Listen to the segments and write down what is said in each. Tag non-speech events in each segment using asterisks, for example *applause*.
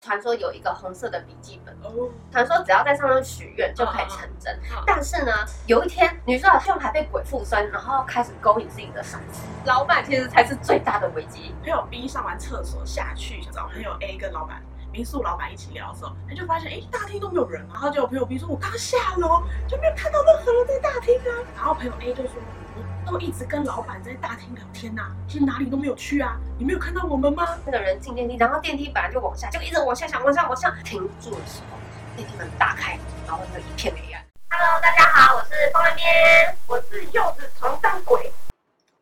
传说有一个红色的笔记本，哦，传说只要在上面许愿就可以成真。嗯嗯但是呢，有一天女主角居然还被鬼附身，然后开始勾引自己的上司，老板其实才是最大的危机。朋友 B 上完厕所下去找朋友 A 跟老板民宿老板一起聊的时候，他就发现哎大厅都没有人啊，然后就有朋友 B 说我刚下楼就没有看到任何人在大厅啊，然后朋友 A 就说我都一直跟老板在大厅聊天呐、就是哪里都没有去啊，你没有看到我们吗？那个人进电梯，然后电梯本来就往下，就一直往下想，往下往下停住的时候，电梯门大开，然后就一片黑暗。Hello，大家好，我是方便面，我是柚子床上鬼，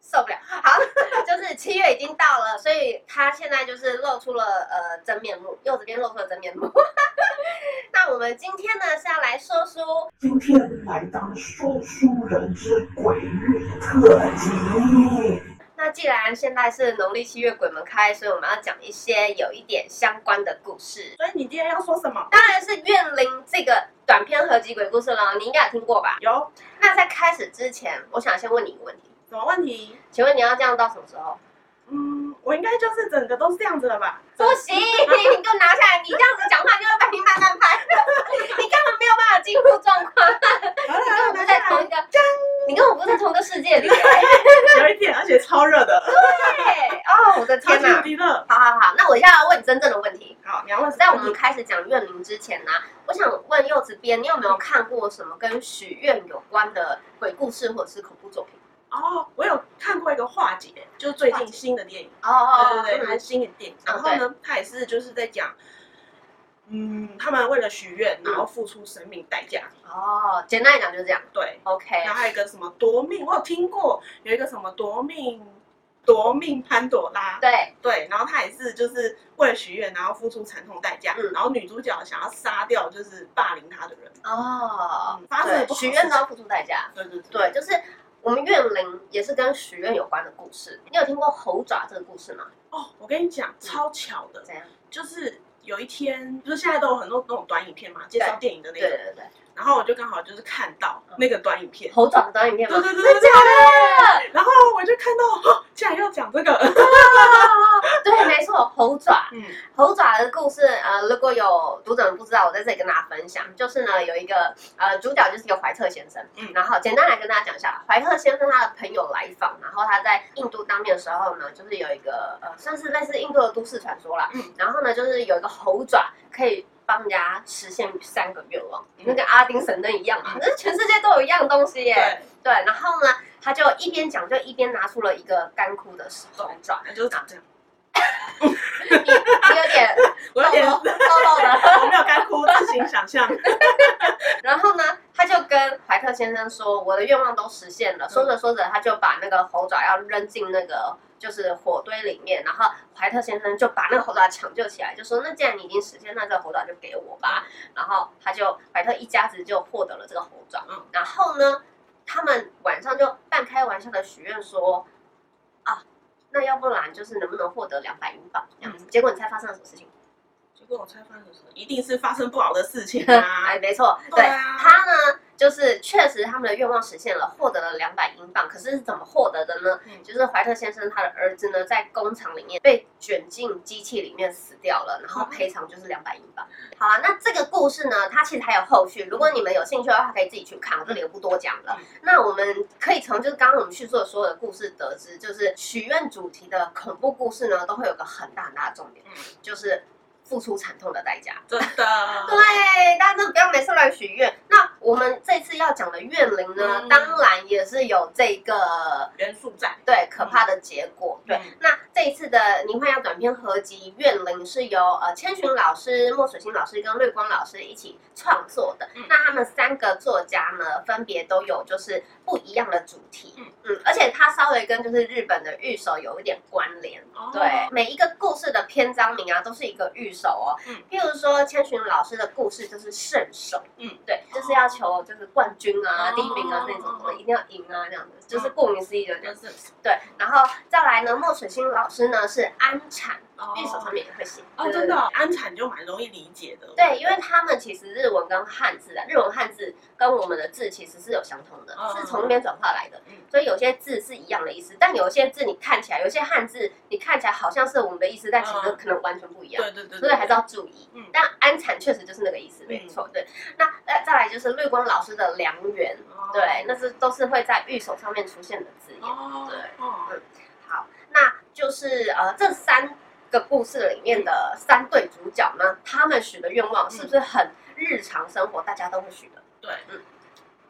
受不了。好，就是七月已经到了，所以他现在就是露出了呃真面目，柚子边露出了真面目。 *laughs* 那我们今天呢是要来说说今天来当说书人之鬼域特辑。那既然现在是农历七月鬼门开，所以我们要讲一些有一点相关的故事。所以你今天要说什么？当然是怨灵这个短篇合集鬼故事了，你应该有听过吧？有那在开始之前，我想先问你一个问题，什么问题？请问你要这样到什么时候？嗯，我应该就是整个都是这样子了吧？不行， *laughs* 你给我拿下来！你这样子讲话就会被你慢慢拍， *laughs* 你根本没有办法进入状况，好了你根本好了，不拿是在下同一来，个，你根本不是在同一个世界里。有一点，而且超热的，对，哦，我的超天级无哪！敌热。好好好，那我现在要问你真正的问题。好，你要问什么在我们开始讲怨灵之前呢、我想问柚子编，你有没有看过什么跟许愿有关的鬼故事或者是恐怖作品？哦，我有看过一个化解，就是最近新的电影，哦哦对对对，它是新的电影。然后呢，它也是就是在讲，嗯，他们为了许愿，然后付出生命代价，哦，简单来讲就是这样。对。 OK，然后还有一个什么夺命，我有听过有一个什么夺命夺命潘朵拉，对，对，然后他也是就是为了许愿，然后付出惨痛代价，嗯然后女主角想要杀掉就是霸凌她的人，哦嗯，发生了对不好许愿都要付出代价。对对对，对，就是我们怨灵也是跟许愿有关的故事。你有听过猴爪这个故事吗？哦，我跟你讲，嗯超巧的，怎样？就是有一天，就是现在都有很多那种短影片嘛，介绍电影的那对种，对对，然后我就刚好就是看到嗯那个短影片，猴爪的短影片吗？对对对对对，然后我就看到，哦竟然要讲这个， *laughs* 对，没错，猴爪。 *laughs* 嗯，猴爪的故事，呃，如果有读者们不知道，我在这里跟大家分享，就是呢，有一个呃主角就是一个怀特先生，嗯然后简单来跟大家讲一下，怀特先生他的朋友来访，然后他在印度当面的时候呢，就是有一个呃算是类似印度的都市传说啦，嗯然后呢就是有一个猴爪可以。帮人家实现三个愿望，嗯那跟阿丁神灯一样嘛，那全世界都有一样东西耶。对，对，然后呢，他就一边讲，就一边拿出了一个干枯的猴 *laughs* 爪，那就是长这样，你你有点我有点， *laughs* 漏漏的。我没有干哭，自行想象，然后呢，他就跟怀特先生说：“我的愿望都实现了。”说着说着，他就把那个猴爪要扔进那个就是火堆里面，然后怀特先生就把那个猴爪抢救起来，就说：“那既然你已经实现，那这个猴爪就给我吧。”然后他就怀特一家子就获得了这个猴爪。嗯然后呢，他们晚上就半开玩笑的许愿说：“啊，那要不然就是能不能获得两百英镑这样子？”结果你猜发生了什么事情？结果我才发现什么，一定是发生不好的事情啊 *laughs* 哎，！没错，对对啊他呢，就是确实他们的愿望实现了，获得了两百英镑。可是是怎么获得的呢？嗯就是怀特先生他的儿子呢，在工厂里面被卷进机器里面死掉了，然后啊赔偿就是两百英镑。好了，那这个故事呢，它其实还有后续，如果你们有兴趣的话，可以自己去看，我这里就不多讲了嗯。那我们可以从就是刚刚我们叙述的所有的故事得知，就是许愿主题的恐怖故事呢，都会有个很大很大的重点，嗯就是付出惨痛的代价。真的，对，大家真的不要没事乱许愿。那我们这次要讲的怨灵呢，嗯当然也是有这个元素在，对可怕的结果。对，嗯那这一次的宁幻耀短篇合集《怨灵》是由呃千寻老师、墨水星老师跟绿光老师一起创作的。嗯那他们三个作家呢，分别都有就是不一样的主题。嗯嗯，而且它稍微跟就是日本的御守有一点关联。哦对，，每一个故事的篇章名啊，都是一个御守哦。嗯譬如说千寻老师的故事就是圣手，嗯，对，就是要求就是冠军啊、哦嗯第一名啊那种的，一定要赢啊这样子，就是顾名思义的这样就子。是对，然后再来呢，墨水星老师呢是安产，哦因为手上面也会写。哦，对真的哦，安产就蛮容易理解的。对，因为他们其实日文跟汉字啊，日文汉字跟我们的字其实是有相通的，嗯是从那边转化来的嗯，所以有些字是一样的意思，但有些字你看起来，有些汉字你看起来好像是我们的意思，但其实嗯可能完全不一样，对对对，所以还是要注意嗯。但安产确实就是那个意思，没嗯错。对，那呃再来就是绿光老师的良缘，哦对，那是都是会在玉手上面出现的字眼。哦对哦好，那就是呃这三个故事里面的三对主角呢，他们许的愿望是不是很日常生活大家都会许的？对嗯，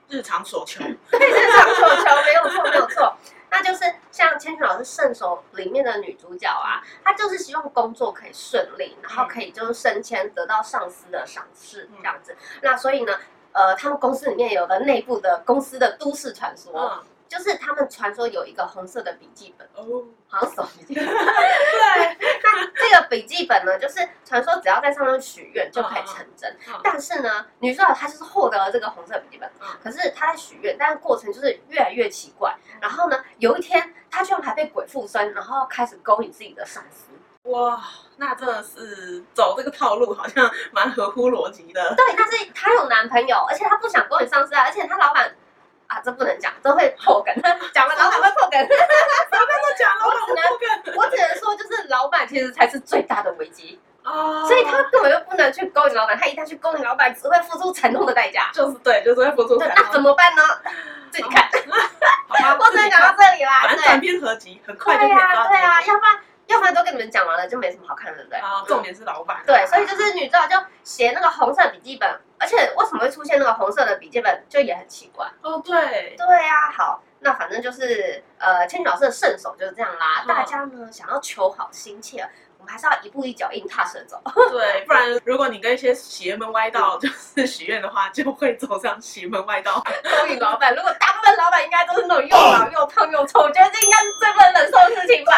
日常所求，对，日常所求， *laughs* 没有错，没有错。那就是像千寻老师《圣手》里面的女主角啊，她就是希望工作可以顺利，然后可以就是升迁，得到上司的赏识嗯这样子。那所以呢，呃，他们公司里面有个内部的公司的都市传说，嗯就是他们传说有一个红色的笔记本，哦，好像手机。对，那这个笔记本呢，就是传说只要在上面许愿就可以成真。嗯但是呢，女主角她就是获得了这个红色笔记本，嗯可是她在许愿，但是过程就是越来越奇怪。嗯然后呢，有一天她居然还被鬼附身，然后开始勾引自己的上司。哇，那真的是走这个套路，好像蛮合乎逻辑的。对，但是她有男朋友，而且她不想勾引上司啊，而且她老板啊，这不能讲，这会破 *laughs* 梗，讲了老板会破梗。真的假的？我我只能不敢我只能说，就是老板其实才是最大的危机，啊哦所以她根本就不能去勾引老板，她一旦去勾引老板，只会付出惨痛的代价。就是对，就是会付出那惨那怎么办呢？自己看。嗯 *laughs* 好吧，我只能讲到这里啦。反正对转变合集，很快就对可以呀、到对啊呀、要不然要不然都跟你们讲完了，就没什么好看的，对不对？啊，重点是老板。嗯对，所以就是女主角就写那个红色笔记本，而且为什么会出现那个红色的笔记本，就也很奇怪。哦，对，对呀、好，那反正就是呃，千寻老师的圣手就是这样啦。嗯大家呢想要求好心切，我们还是要一步一脚印踏实地走。对，不然如果你跟一些邪门歪嗯道就是许愿的话，就会走上邪门 *laughs* 歪道。勾引老板，如果大部分老板应该都是那种又老又胖又丑，我觉得这应该是最不能忍受的事情吧。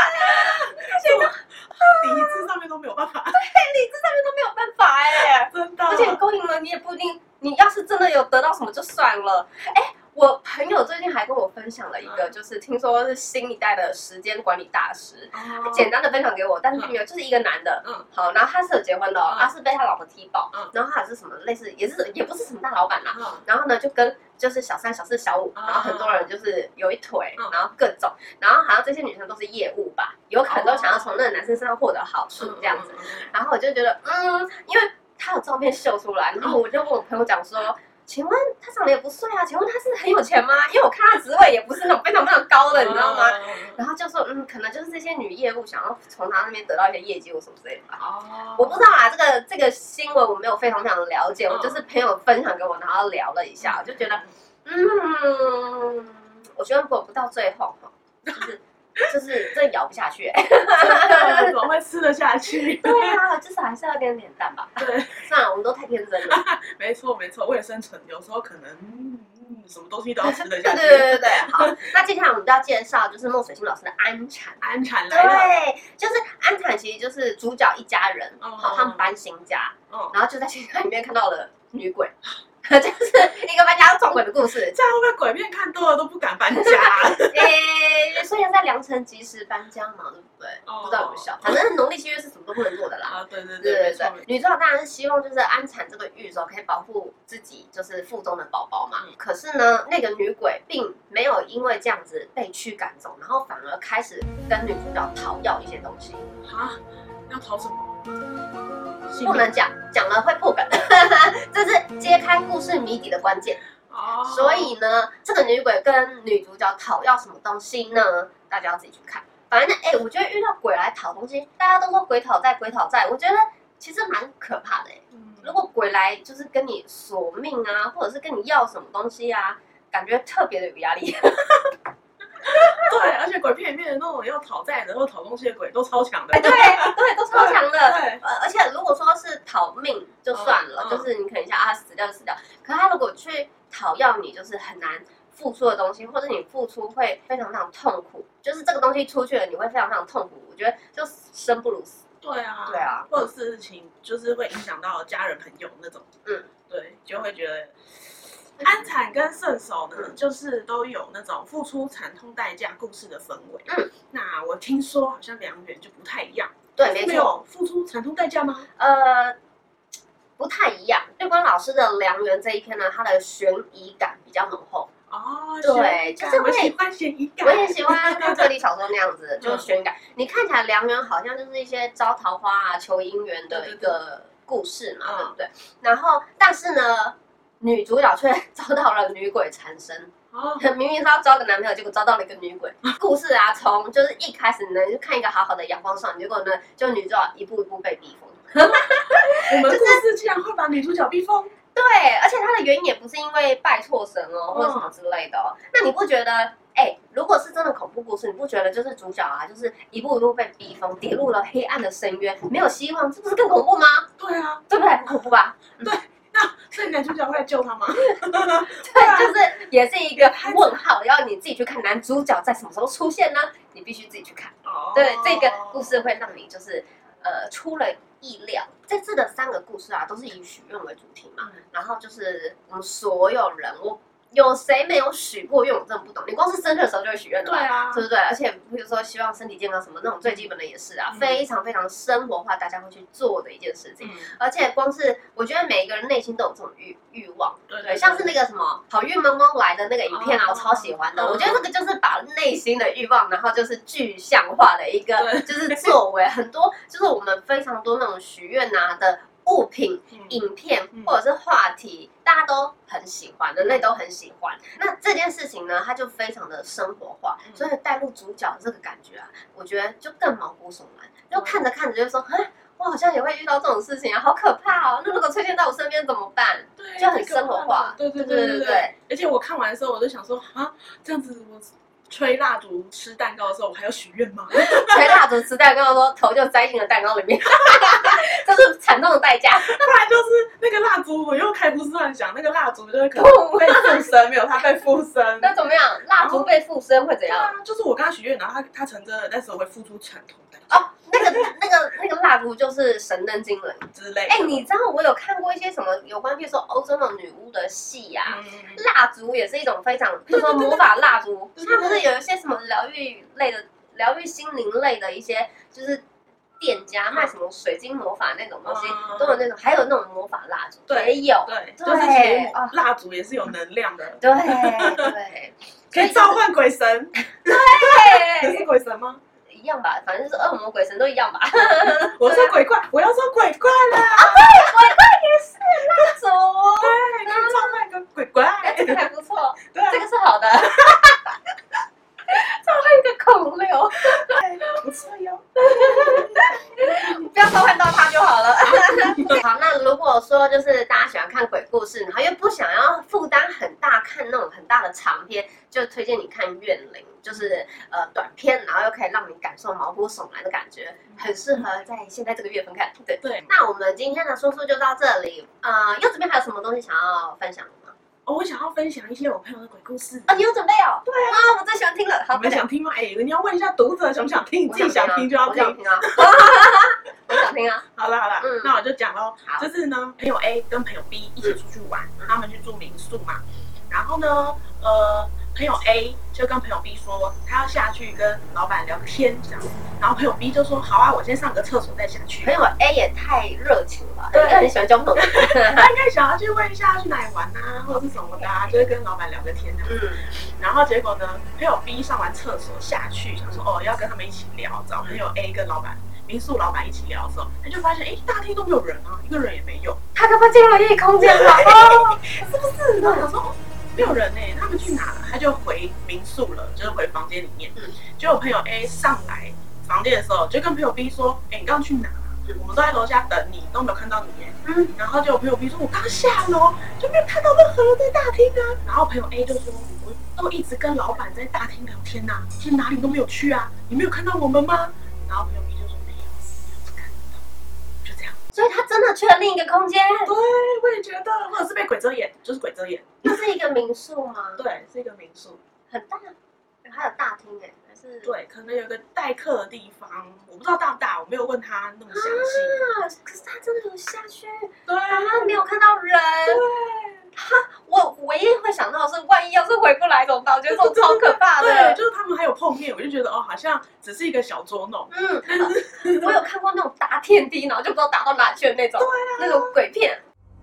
理智上面都没有办法，上面都没有办法哎、真的。而且勾引了你也不一定，你要是真的有得到什么就算了。哎，我朋友最近还跟我分享了一个，嗯就是听说是新一代的时间管理大师，哦简单的分享给我，但是并没有，就是一个男的，嗯，好，然后他是有结婚的哦，嗯他是被他老婆踢爆嗯，然后他也是什么类似，也是也不是什么大老板啦，嗯然后呢就跟就是小三、小四、小五，嗯然后很多人就是有一腿嗯，然后各种，然后好像这些女生都是业务吧，有可能都想要从那个男生身上获得好嗯处这样子。，然后我就觉得，嗯，因为他有照片秀出来，然后我就问我朋友讲说，请问他长得也不帅啊，请问他是很有钱吗？ *laughs* 因为我看他的职位也不是那种非常非常高的，你知道吗？然后就说，嗯，可能就是这些女业务想要从他那边得到一些业绩或什么之类的吧。哦我不知道啊，这个这个新闻我没有非常非常的了解，嗯我就是朋友分享给我，然后聊了一下，我就觉得，嗯，我觉得如果不到最后，就是就是真的咬不下去、欸。 *laughs* 怎么会吃得下去？对啊，至少还是要点脸蛋吧。对，算了，我们都太天真了。没错没错，为了生存，有时候可能嗯什么东西都要吃 *laughs* 得对下对对去。对对，好。 *laughs* 那接下来我们就要介绍就是孟水星老师的安产。安产来了，对，就是安产，其实就是主角一家人，哦好，他们搬新家，嗯，然后就在新家里面看到了女鬼， *laughs* 就是一个搬家撞鬼的故事。这样会不会鬼片看多了都不敢搬家？ *laughs* 诶、所以要在良辰吉时搬家嘛，对不对？哦不知道有没有效，反正农历七月是什么都不能做的啦。啊，对对对对对没错对，女主角当然是希望就是安产这个玉手可以保护自己，就是腹中的宝宝嘛。嗯可是呢，那个女鬼并没有因为这样子被驱赶走，然后反而开始跟女主角讨要一些东西，啊，要逃什么？不能讲，讲了会破梗， *laughs* 这是揭开故事谜底的关键。哦，所以呢，这个女鬼跟女主角讨要什么东西呢？大家要自己去看。反正哎、我觉得遇到鬼来讨东西，大家都说鬼讨债，鬼讨债，我觉得其实蛮可怕的、哎。嗯如果鬼来就是跟你索命啊，或者是跟你要什么东西啊，感觉特别的有压力。对，而且鬼片里面的那种要讨债的或讨东西的鬼都超强的哎，，对对，都超强的。对，呃，而且如果说是讨命就算了，嗯嗯就是你可能想啊死掉就死掉，可他如果去讨要你就是很难付出的东西，或者你付出会非常非常痛苦，就是这个东西出去了你会非常非常痛苦，我觉得就生不如死。对啊，对啊或者是情就是会影响到家人朋友那种，嗯，对，就会觉得。安产跟圣手呢，嗯就是都有那种付出惨痛代价故事的氛围。嗯，那我听说好像良缘就不太一样，对，是没没错，有付出惨痛代价吗？呃，不太一样。对光老师的《良缘》这一篇呢，它的悬疑感比较浓厚。哦，对悬疑感就是我会喜欢悬疑感，嗯我也喜欢看推理小说那样 *laughs* 子，就是悬疑感。你看起来《良缘》好像就是一些招桃花啊、求姻缘的一个故事嘛，嗯对不对？然后，但是呢，女主角却遭到了女鬼缠身，哦， *laughs* 明明是要招个男朋友，结果遭到了一个女鬼。故事啊，从就是一开始呢，就看一个好好的阳光少女，结果呢，就女主角一步一步被逼疯。我们故事竟然会把女主角逼疯，对，而且它的原因也不是因为拜错神哦，或者什么之类的哦。那你不觉得？哎、如果是真的恐怖故事，你不觉得就是主角啊，就是一步一步被逼疯，跌入了黑暗的深渊，没有希望，这不是更恐怖吗？对啊，对不对？很恐怖吧？ *laughs* 所以男主角会来救她吗？对，就是也是一个问号，要你自己去看男主角在什么时候出现呢？你必须自己去看。哦对，这个故事会让你就是呃出了意料。这次的三个故事啊，都是以许愿为主题嘛，嗯然后就是我们所有人，我有谁没有许过愿？我真的不懂。你光是生日的时候就会许愿了对吧？啊对，不对？而且比如说希望身体健康什么那种最基本的也是啊，嗯非常非常生活化，大家会去做的一件事情。嗯，而且光是我觉得每一个人内心都有这种欲欲望。对对，像是那个什么好运猫猫来的那个影片啊，嗯哦我超喜欢的。嗯我觉得这个就是把内心的欲望，然后就是具象化的一个，对就是作为很多，就是我们非常多那种许愿啊的物品、嗯影片嗯或者是话题，大家都很喜欢，人类都很喜欢。那这件事情呢，它就非常的生活化，嗯所以带入主角的这个感觉啊，我觉得就更毛骨悚然。嗯就看着看着就说，啊，我好像也会遇到这种事情啊，好可怕哦！那如果出现在我身边怎么办？对就很生活化对对对对对嗯对对对。对。而且我看完的时候，我就想说啊，这样子我吹蜡烛、吃蛋糕的时候，我还要许愿吗？ *laughs* 吹蜡烛吃蛋糕的时候，头就栽进了蛋糕里面， *laughs* 这是惨痛的代价。不然就是那个蜡烛，我又开胡思乱想，那个蜡烛就是可能被附身，没有它被附身。 *laughs* 那怎么样？蜡烛被附身会怎对样？啊，就是我跟他许愿，然后他他成真了，但是我会付出惨痛代价哦，那个、那个、那个蜡烛就是神灯精灵。之类的。哎、你知道我有看过一些什么有关，比如说欧洲那种女巫的戏呀、嗯嗯嗯蜡烛也是一种非常，比如说对对对魔法蜡烛， *laughs* 对对它不是有一些什么疗愈类的、疗愈心灵类的一些，就是店家卖什么水晶魔法那种东西，嗯都有那种，还有那种魔法蜡烛对也有，对，啊对就是其实啊蜡烛也是有能量的，对对， *laughs* 可以召唤鬼神。 *laughs* 对你是鬼神吗？一样吧，反正就是恶魔鬼神都一 *laughs* 样吧。我啊是鬼怪，我要说鬼怪 *laughs* 啦！蜡烛，对，可以召唤个鬼怪哎，。这个还不错，对啊这，个是好的。 *laughs* 这会一个孔流，不错哟。不要偷看到它就好了。 *laughs* 好，那如果说就是大家喜欢看鬼故事，然后又不想要负担很大，看那种很大的长篇，就推荐你看《怨灵》，就是呃短片，然后又可以让你感受毛骨悚然的感觉，很适合在现在这个月份看。对，对，那我们今天的说书就到这里。 *laughs* 啊呃，柚子边还有什么东西想要分享的吗？哦，我想要分享一些我朋友的鬼故事。啊，你有准备哦？对啊，我最喜欢听了。好，你们讲想听吗？哎、你要问一下读者想不想听，你我自己想听就要我听想。听 *laughs* 啊，我想听啊。好了好了，嗯那我就讲喽。好就是呢，朋友 A 跟朋友 B 一起出去玩，嗯他们去住民宿嘛。然后呢，呃，朋友 A 就跟朋友 B 说，他要下去跟老板聊个天这样。然后朋友 B 就说，好啊，我先上个厕所再下去。朋友 A 也太热情了吧，对应该很喜欢嗯交 *laughs* 朋友。他应该想要去问一下要去哪里玩啊，或者是什么的、啊，就是跟老板聊个天这样。嗯，然后结果呢，朋友 B 上完厕所下去，想说哦要跟他们一起聊，找朋友 A 跟老板民宿老板一起聊的时候，他就发现哎大厅都没有人啊，一个人也没有，他他妈进入异空间 *laughs* 了。哦是不是？然后想说哦没有人呢、他们去哪了？他就回民宿了，就是回房间里面。嗯结果朋友 A 上来房间的时候，就跟朋友 B 说，哎你刚刚去哪？我们都在楼下等你，都没有看到你耶。嗯然后就有朋友 B 说，我刚下楼就没有看到任何人在大厅啊。然后朋友 A 就说，我都一直跟老板在大厅聊天呐、就是哪里都没有去啊，你没有看到我们吗？然后朋友 B 就说没有，没有看到，就这样。所以他真的去了另一个空间，对，我也觉得，或者是被鬼遮眼，就是鬼遮眼。那是一个民宿吗？对，是一个民宿。很大，还有大厅哎，还是对，可能有个待客的地方，我不知道大不大，我没有问他那么详细。啊，可是他真的有下去，对啊然后没有看到人。对，我我唯一会想到的是，万一要是回不来怎么办？我觉得这种超可怕对，的。就是他们还有碰面，我就觉得哦，好像只是一个小捉弄。嗯， *laughs* 我有看过那种打天梯，然后就不知道打到哪去的那种，那种鬼 *laughs* 片。啊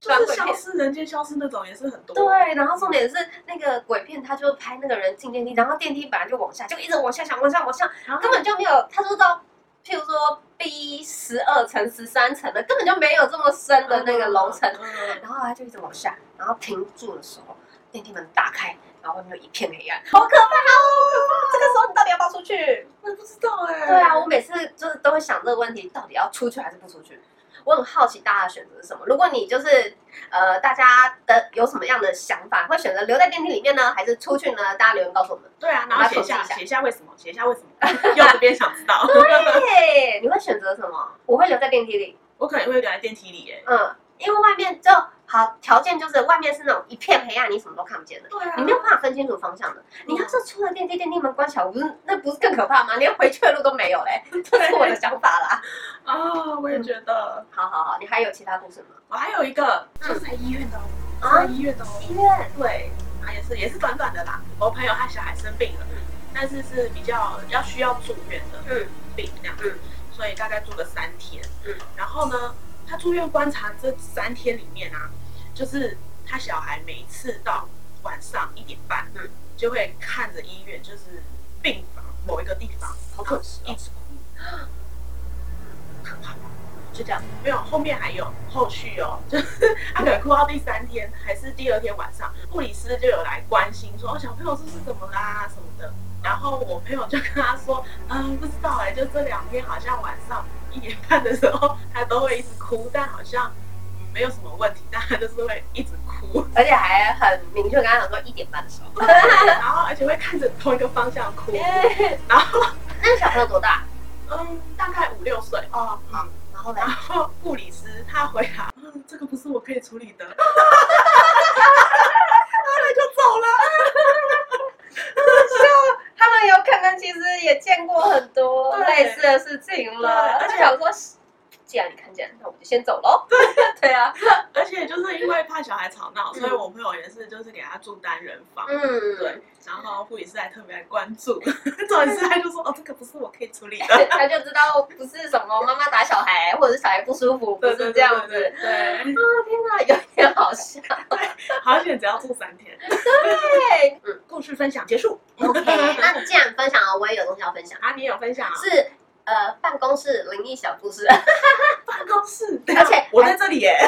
就是消失人间消失那种也是很 *laughs* 多，对，然后重点是那个鬼片，他就拍那个人进电梯，然后电梯本来就往下，就一直往下想，往下，往下，然后根本就没有。他说到，譬如说 B 十二层、十三层的，根本就没有这么深的那个楼层。嗯然后他就一直往下，然后停住的时候，电梯门打开，然后外面有一片黑暗，好可怕哦！这个时候你到底要不要出去？我也不知道哎、对啊，我每次就是都会想这个问题，到底要出去还是不出去？我很好奇大家的选择是什么。如果你就是呃，大家的有什么样的想法，会选择留在电梯里面呢，还是出去呢？大家留言告诉我们。对啊，然后写我下来统计一下写下为什么，写下为什么，柚子边想知道。对，你会选择什么？我会留在电梯里，我可能会留在电梯里耶、嗯，因为外面就好，条件就是外面是那种一片黑暗，你什么都看不见的。对啊你没有办法分清楚方向的。你要是出了电梯，电梯门关起来，我不是那不是更可怕吗？连回去的路都没有嘞， *laughs* 这是我的想法啦。啊、我也觉得。好好好，你还有其他故事吗？我还有一个就是在医院的哦，嗯是在医院的哦，医院，对，啊也是也是短短的啦。我朋友他小孩生病了，但是是比较要需要住院的嗯病这样子，嗯所以大概住了三天。嗯，然后呢，他住院观察这三天里面啊，就是他小孩每次到晚上一点半，嗯，就会看着医院就是病房某一个地方，好可惜一哦。直哭，可怕吧？就这样，没有，后面还有 *laughs* 后续哦，就是他可能哭到第三天还是第二天晚上，护理师就有来关心说，哦，小朋友这是怎么啦什么的。然后我朋友就跟他说，嗯，不知道哎、就这两天好像晚上一点半的时候，他都会一直哭，但好像嗯没有什么问题，但他就是会一直哭，而且还很明确，跟他讲说一点半的时候。然后而且会看着同一个方向哭，然后那个小朋友多大？嗯，大概五六岁哦，嗯。然后呢然？后护理师他回答：“嗯，这个不是我可以处理的。”然后他就走了。他们有可能其实也见过很多对类似的事情了，对而且想说，既然你看见，那我们就先走喽。 *laughs* 对啊，而且就是因为怕小孩吵闹，所以我朋友也是就是给他住单人房。嗯，对，然后护理师还特别来关注， *laughs* 总理师他就说：“哦，这个不是我可以处理 *laughs* 的。他就知道不是什么妈妈打小孩，或者是小孩不舒服，”不对是这样子。对对对，啊，天哪，有点好笑。对好险只要住三天。对故事分享结束。哎，OK，那你既然分享了，我也有东西要分享，啊，你也有分享啊？是呃办公室灵异小故事，办公室，而且啊我在这里耶。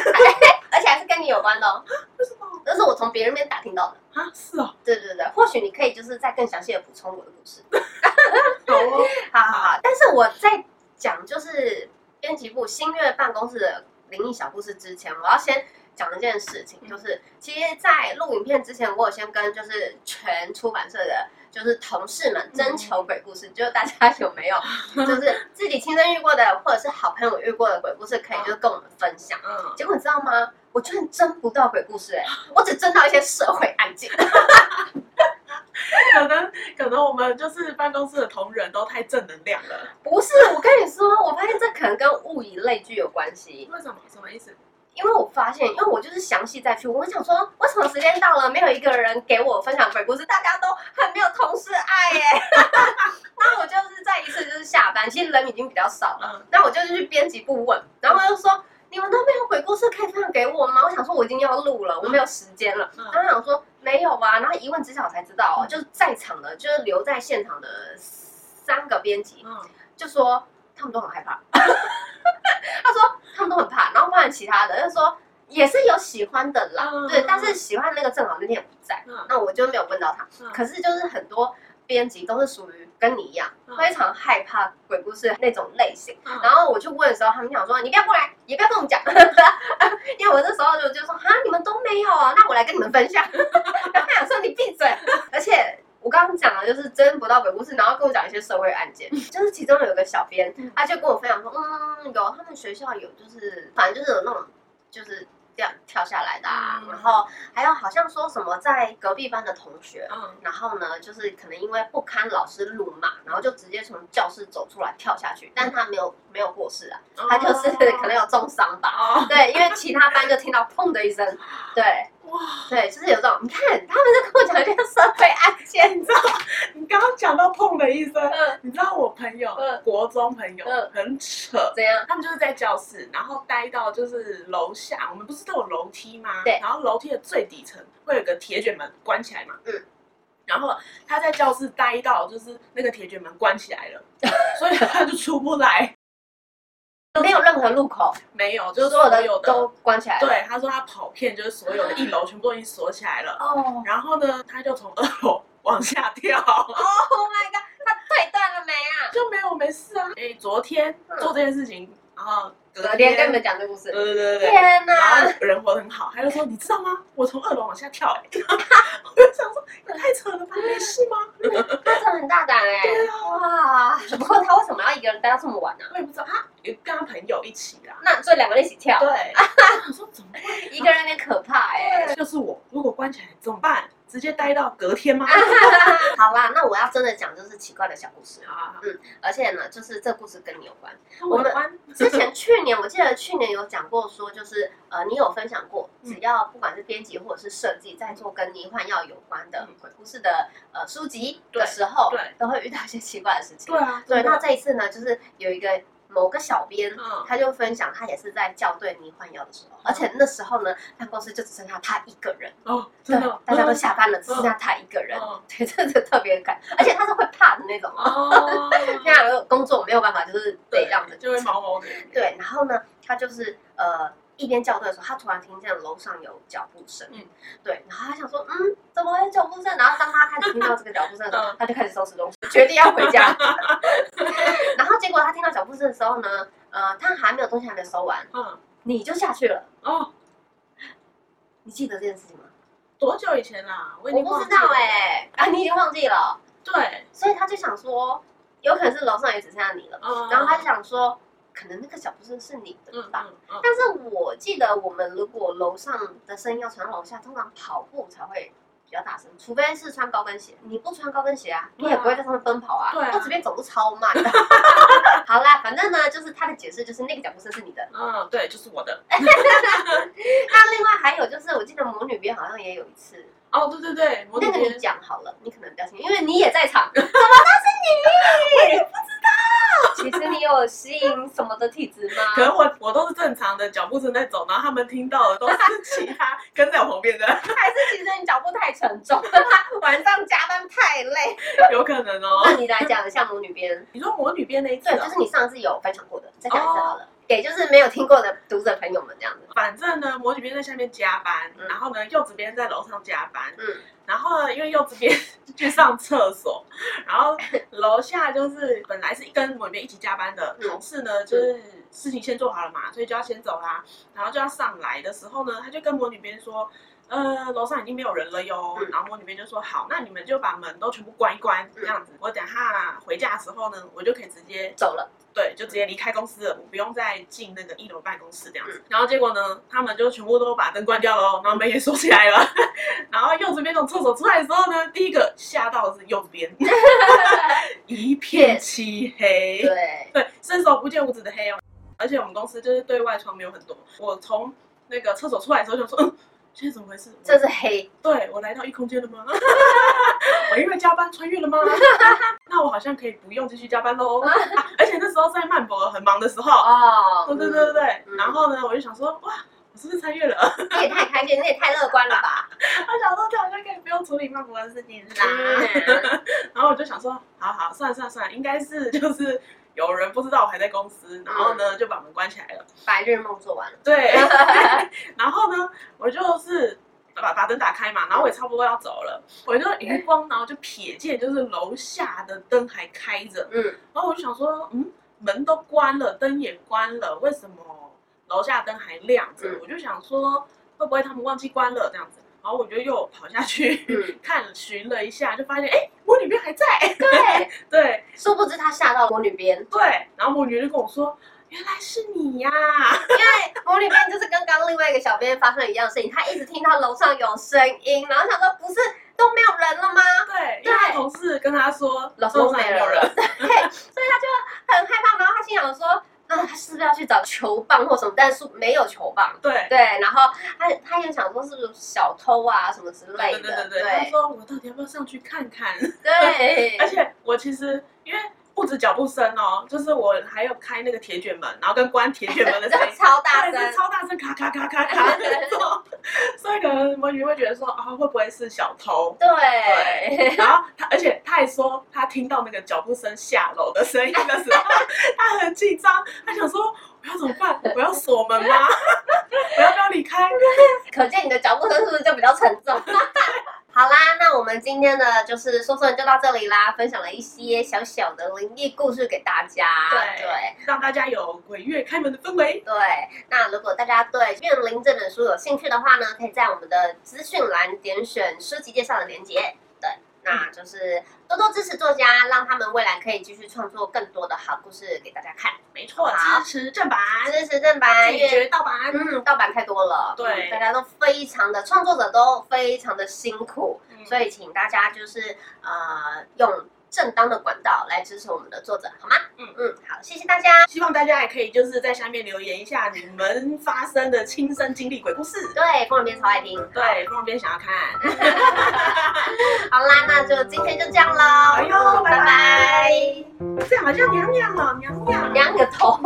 而且还是跟你有关的哦，为什么这是我从别人那边打听到的。啊？是哦，对对对，或许你可以就是再更详细的补充我的故事。好哦，好好好，但是我在讲就是编辑部新月办公室的灵异小故事之前，我要先讲一件事情，就是其实，在录影片之前，我有先跟就是全出版社的。就是同事们征求鬼故事，就是大家有没有就是自己亲身遇过的，或者是好朋友遇过的鬼故事，可以就是跟我们分享。嗯，结果你知道吗？我居然征不到鬼故事、欸，我只征到一些社会案件。 *laughs* 可能可能我们就是办公室的同仁都太正能量了。不是，我跟你说，我发现这可能跟物以类聚有关系。为什么？什么意思？因为我发现，因为我就是详细再去问，我想说，为什么时间到了没有一个人给我分享鬼故事，大家都很没有同事爱耶。 *laughs* 然后我就是在一次就是下班，其实人已经比较少了，嗯，然后我就是去编辑部问，然后他就说你们都没有鬼故事可以分享给我吗？我想说我已经要录了，我没有时间了。嗯然后想说没有啊，然后一问之下我才知道哦，就是在场的，就是留在现场的三个编辑，嗯，就说他们都很害怕， *laughs* 他说他们都很怕，然后不然其他的就说也是有喜欢的啦，嗯对，但是喜欢那个正好那天也不在，嗯那我就没有问到他。嗯可是就是很多编辑都是属于跟你一样嗯非常害怕鬼故事那种类型，嗯然后我去问的时候，他们讲说你不要过来，也不要跟我们讲， *laughs* 因为我那时候就就说哈你们都没有啊，那我来跟你们分享。 *laughs* 然后他想说你闭嘴，而且。我刚刚讲了，就是真不到鬼故事，然后跟我讲一些社会案 *laughs* 件，就是其中有个小编嗯，他就跟我分享说，嗯，有他们学校有，就是反正就是有那种，就是掉跳下来的、啊，嗯然后还有好像说什么在隔壁班的同学，嗯，然后呢，就是可能因为不堪老师辱骂，然后就直接从教室走出来跳下去，但他没有没有过世啊，他就是可能有重伤吧。哦，对，因为其他班就听到砰的一声，对，哇，对，就是有这种，你看他们在跟我讲一些社会案件，你刚刚讲到砰的一声，嗯，你知道我朋友，嗯国中朋友、嗯很扯，怎样？他们就是在教室，然后待到就是楼下，我们不是都有楼梯吗？对然后楼梯的最底层会有个铁卷门关起来嘛。嗯。然后他在教室待到就是那个铁卷门关起来 *laughs* 了，所以他就出不来。没有任何路口，没有，就就是是所所有有的的都关起来了。，对，他说他跑遍就是所有的一楼全部都已经锁起来了。哦然后呢，他就从二楼往下跳， ，Oh my god，他腿断了没啊？就没有没事啊。哎，昨天做这件事情，然后嗯昨天跟你们讲这故事对，对对对，天然后哪！人活得很好，他就说：“你知道吗？我从二楼往下跳、欸。” *laughs* 我就想说：“你太扯了吧，没事吗他真的很大胆哎、对哇！不过他为什么要一个人待到这么晚呢、？”我也不知道，他也跟他朋友一起啦。那所以两个人一起跳，对，我想说怎么会？一个人有点可怕 *laughs* 哎、就是我，如果关起来怎么办？直接待到隔天吗？啊好啦，那我要真的讲就是奇怪的小故事，啊，而且呢，就是这故事跟你有 *laughs* 关。我们关之前去年我记得去年有讲过，说就是呃，你有分享过，只要不管是编辑或者是设计，在做跟迷幻药有关的嗯鬼故事的呃书籍对的时候，对都会遇到一些奇怪的事情 *laughs* 对。啊，对，那那这一次呢，就是有一个某个小编，嗯他就分享他也是在校对迷幻药的时候，而且那时候呢，办公室就只剩下他一个人，哦，对真的，，大家都嗯下班了，只剩下他一个人，嗯对，真的是特别感，而且他是会怕的那种哦， *laughs* 哦，这样的工作没有办法，就是得让人就会毛毛的，对，然后呢，他就是呃一边校对的时候，他突然听见楼上有脚步声，嗯对，然后他想说，嗯，怎么会有脚步声？然后当他开始听到这个脚步声的时候嗯，他就开始收拾东西，决定要回 *laughs* 家。 *laughs* 然后结果他听到脚步声的时候呢，呃，他还没有东西还没收完，嗯，你就下去了。哦，你记得这件事情吗？多久以前啦？我已我经不知忘记了道哎、啊，你已经忘记了，对，所以他就想说，有可能是楼上也只剩下你了。嗯，然后他就想说，可能那个脚步声是你的嗯吧？嗯嗯，但是我记得我们如果楼上的声音要传到楼下，通常跑步才会比较大声，除非是穿高跟鞋。你不穿高跟鞋啊，你对啊也不会在上面奔跑啊，对啊我这边走路超慢的。 *laughs* 好啦，反正呢，就是他的解释就是那个脚步声是你的。嗯，对，就是我的。那另外还有就是，我记得魔女边好像也有一次，哦，对对对，我那个你边讲好了，你可能比较清楚，因为你也在场。 *laughs* 怎么 *laughs* 都是 *laughs* 你？我也不知道。其实你有吸引什么的体质吗？可能我我都是正常的脚步声在走，然后他们听到的都是其他 *laughs* 跟在我旁边的，还是其实你脚步太沉重， *laughs* 晚上加班太累。有可能哦。那你来讲一下魔女边，你说魔女边那一次、对，哦，就是你上次有分享过的，再讲一次好了，给就是没有听过的读者朋友们这样子。反正呢，魔女边在下面加班，嗯然后呢，柚子边在楼上加班，嗯然后呢，因为柚子边去上厕所，然后楼下就是本来是跟魔女边一起加班的嗯同事呢，就是事情先做好了嘛，所以就要先走啦，然后就要上来的时候呢，他就跟魔女边说。呃，楼上已经没有人了哟。嗯然后魔女边就说：“好，那你们就把门都全部关一关，这样子，我等下回家的时候呢，我就可以直接走了，对，就直接离开公司了，我不用再进那个一楼办公室这样子。然后结果呢，他们就全部都把灯关掉了，然后门也锁起来了。 *laughs* 然后柚子边从厕所出来的时候呢，第一个吓到的是右边，一片漆黑，对，对，伸手不见五指的黑哦。而且我们公司就是对外窗没有很多，我从那个厕所出来的时候想说，嗯，现在怎么回事？这是黑，对我来到异空间了吗？ *laughs* 我因为加班穿越了吗？ *laughs* 那我好像可以不用继续加班喽、啊 *laughs* 而且那时候在曼博尔很忙的时候，哦， *laughs* 对对对对对。嗯然后呢，我就想说，哇，我是不是穿越了？ *laughs* 嗯你也太开心，你也太乐观了吧？我想说，这好像可以不用处理曼博尔的事情啦。嗯然后我就想说，好好，算了算了算了，应该是就是有人不知道我还在公司，然后嗯呢就把门关起来了。 *laughs* 白日梦做完了， *laughs* 对，然后呢，我就是把把灯打开嘛，然后我也差不多要走了，我就余光，然后就瞥见就是楼下的灯还开着，嗯，然后我就想说，嗯，门都关了，灯也关了，为什么楼下灯还亮着？嗯我就想说，会不会他们忘记关了这样子？然后我就又跑下去、嗯看寻了一下，就发现哎，我里面还在，对， *laughs* 对殊不知他吓到魔女边，对，然后魔女就跟我说，原来是你呀、魔女边就是跟刚另外一个小编发生一样的事情，他一直听到楼上有声音，然后想说不是都没有人了吗？对，因对为他同事跟他说老师楼都上没没有人人了，，对，所以他就很害怕，然后他心想说。那他是不是要去找球棒或什么？但是没有球棒。对对，然后他他也想说是不是小偷啊什么之类对对的，对对，他说我到底要不要上去看看？对。而且我其实因为不止脚步声哦，就是我还有开那个铁卷门，然后跟关铁卷门的声音超大对声是，超大声，咔咔咔咔咔那种，所以可能我你会觉得说啊，会不会是小偷？对，然后他，而且他还说，他听到那个脚步声下楼的声音的时候，他很紧张，他想说我要怎么办？我要锁门吗？我要不要离开？可见你的脚步声是不是就比较沉重？ *laughs* 好啦，那我们今天的就是说说人就到这里啦，分享了一些小小的灵异故事给大家。对对，让大家有鬼月开门的氛围。对，那如果大家对《怨灵》这本书有兴趣的话呢，可以在我们的资讯栏点选书籍介绍的连接。对，那嗯就是多多支持作家，让他们未来可以继续创作更多的好故事给大家看。没错，好支持正版，支持正版，拒因为绝盗版。嗯，盗版太多了，嗯对大家都非常的创作者都非常的辛苦，嗯所以请大家就是呃用正当的管道来支持我们的作者，好吗？嗯嗯，好，谢谢大家。希望大家也可以就是在下面留言一下你们发生的亲身经历鬼故事。对，风人边超爱听。对，旁边想要看。好啦，那就今天就这样喽，哎呦拜拜拜拜，这样好像娘娘哦， *laughs* 娘娘，两个头，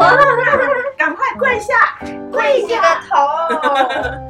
赶快跪下，跪下个头。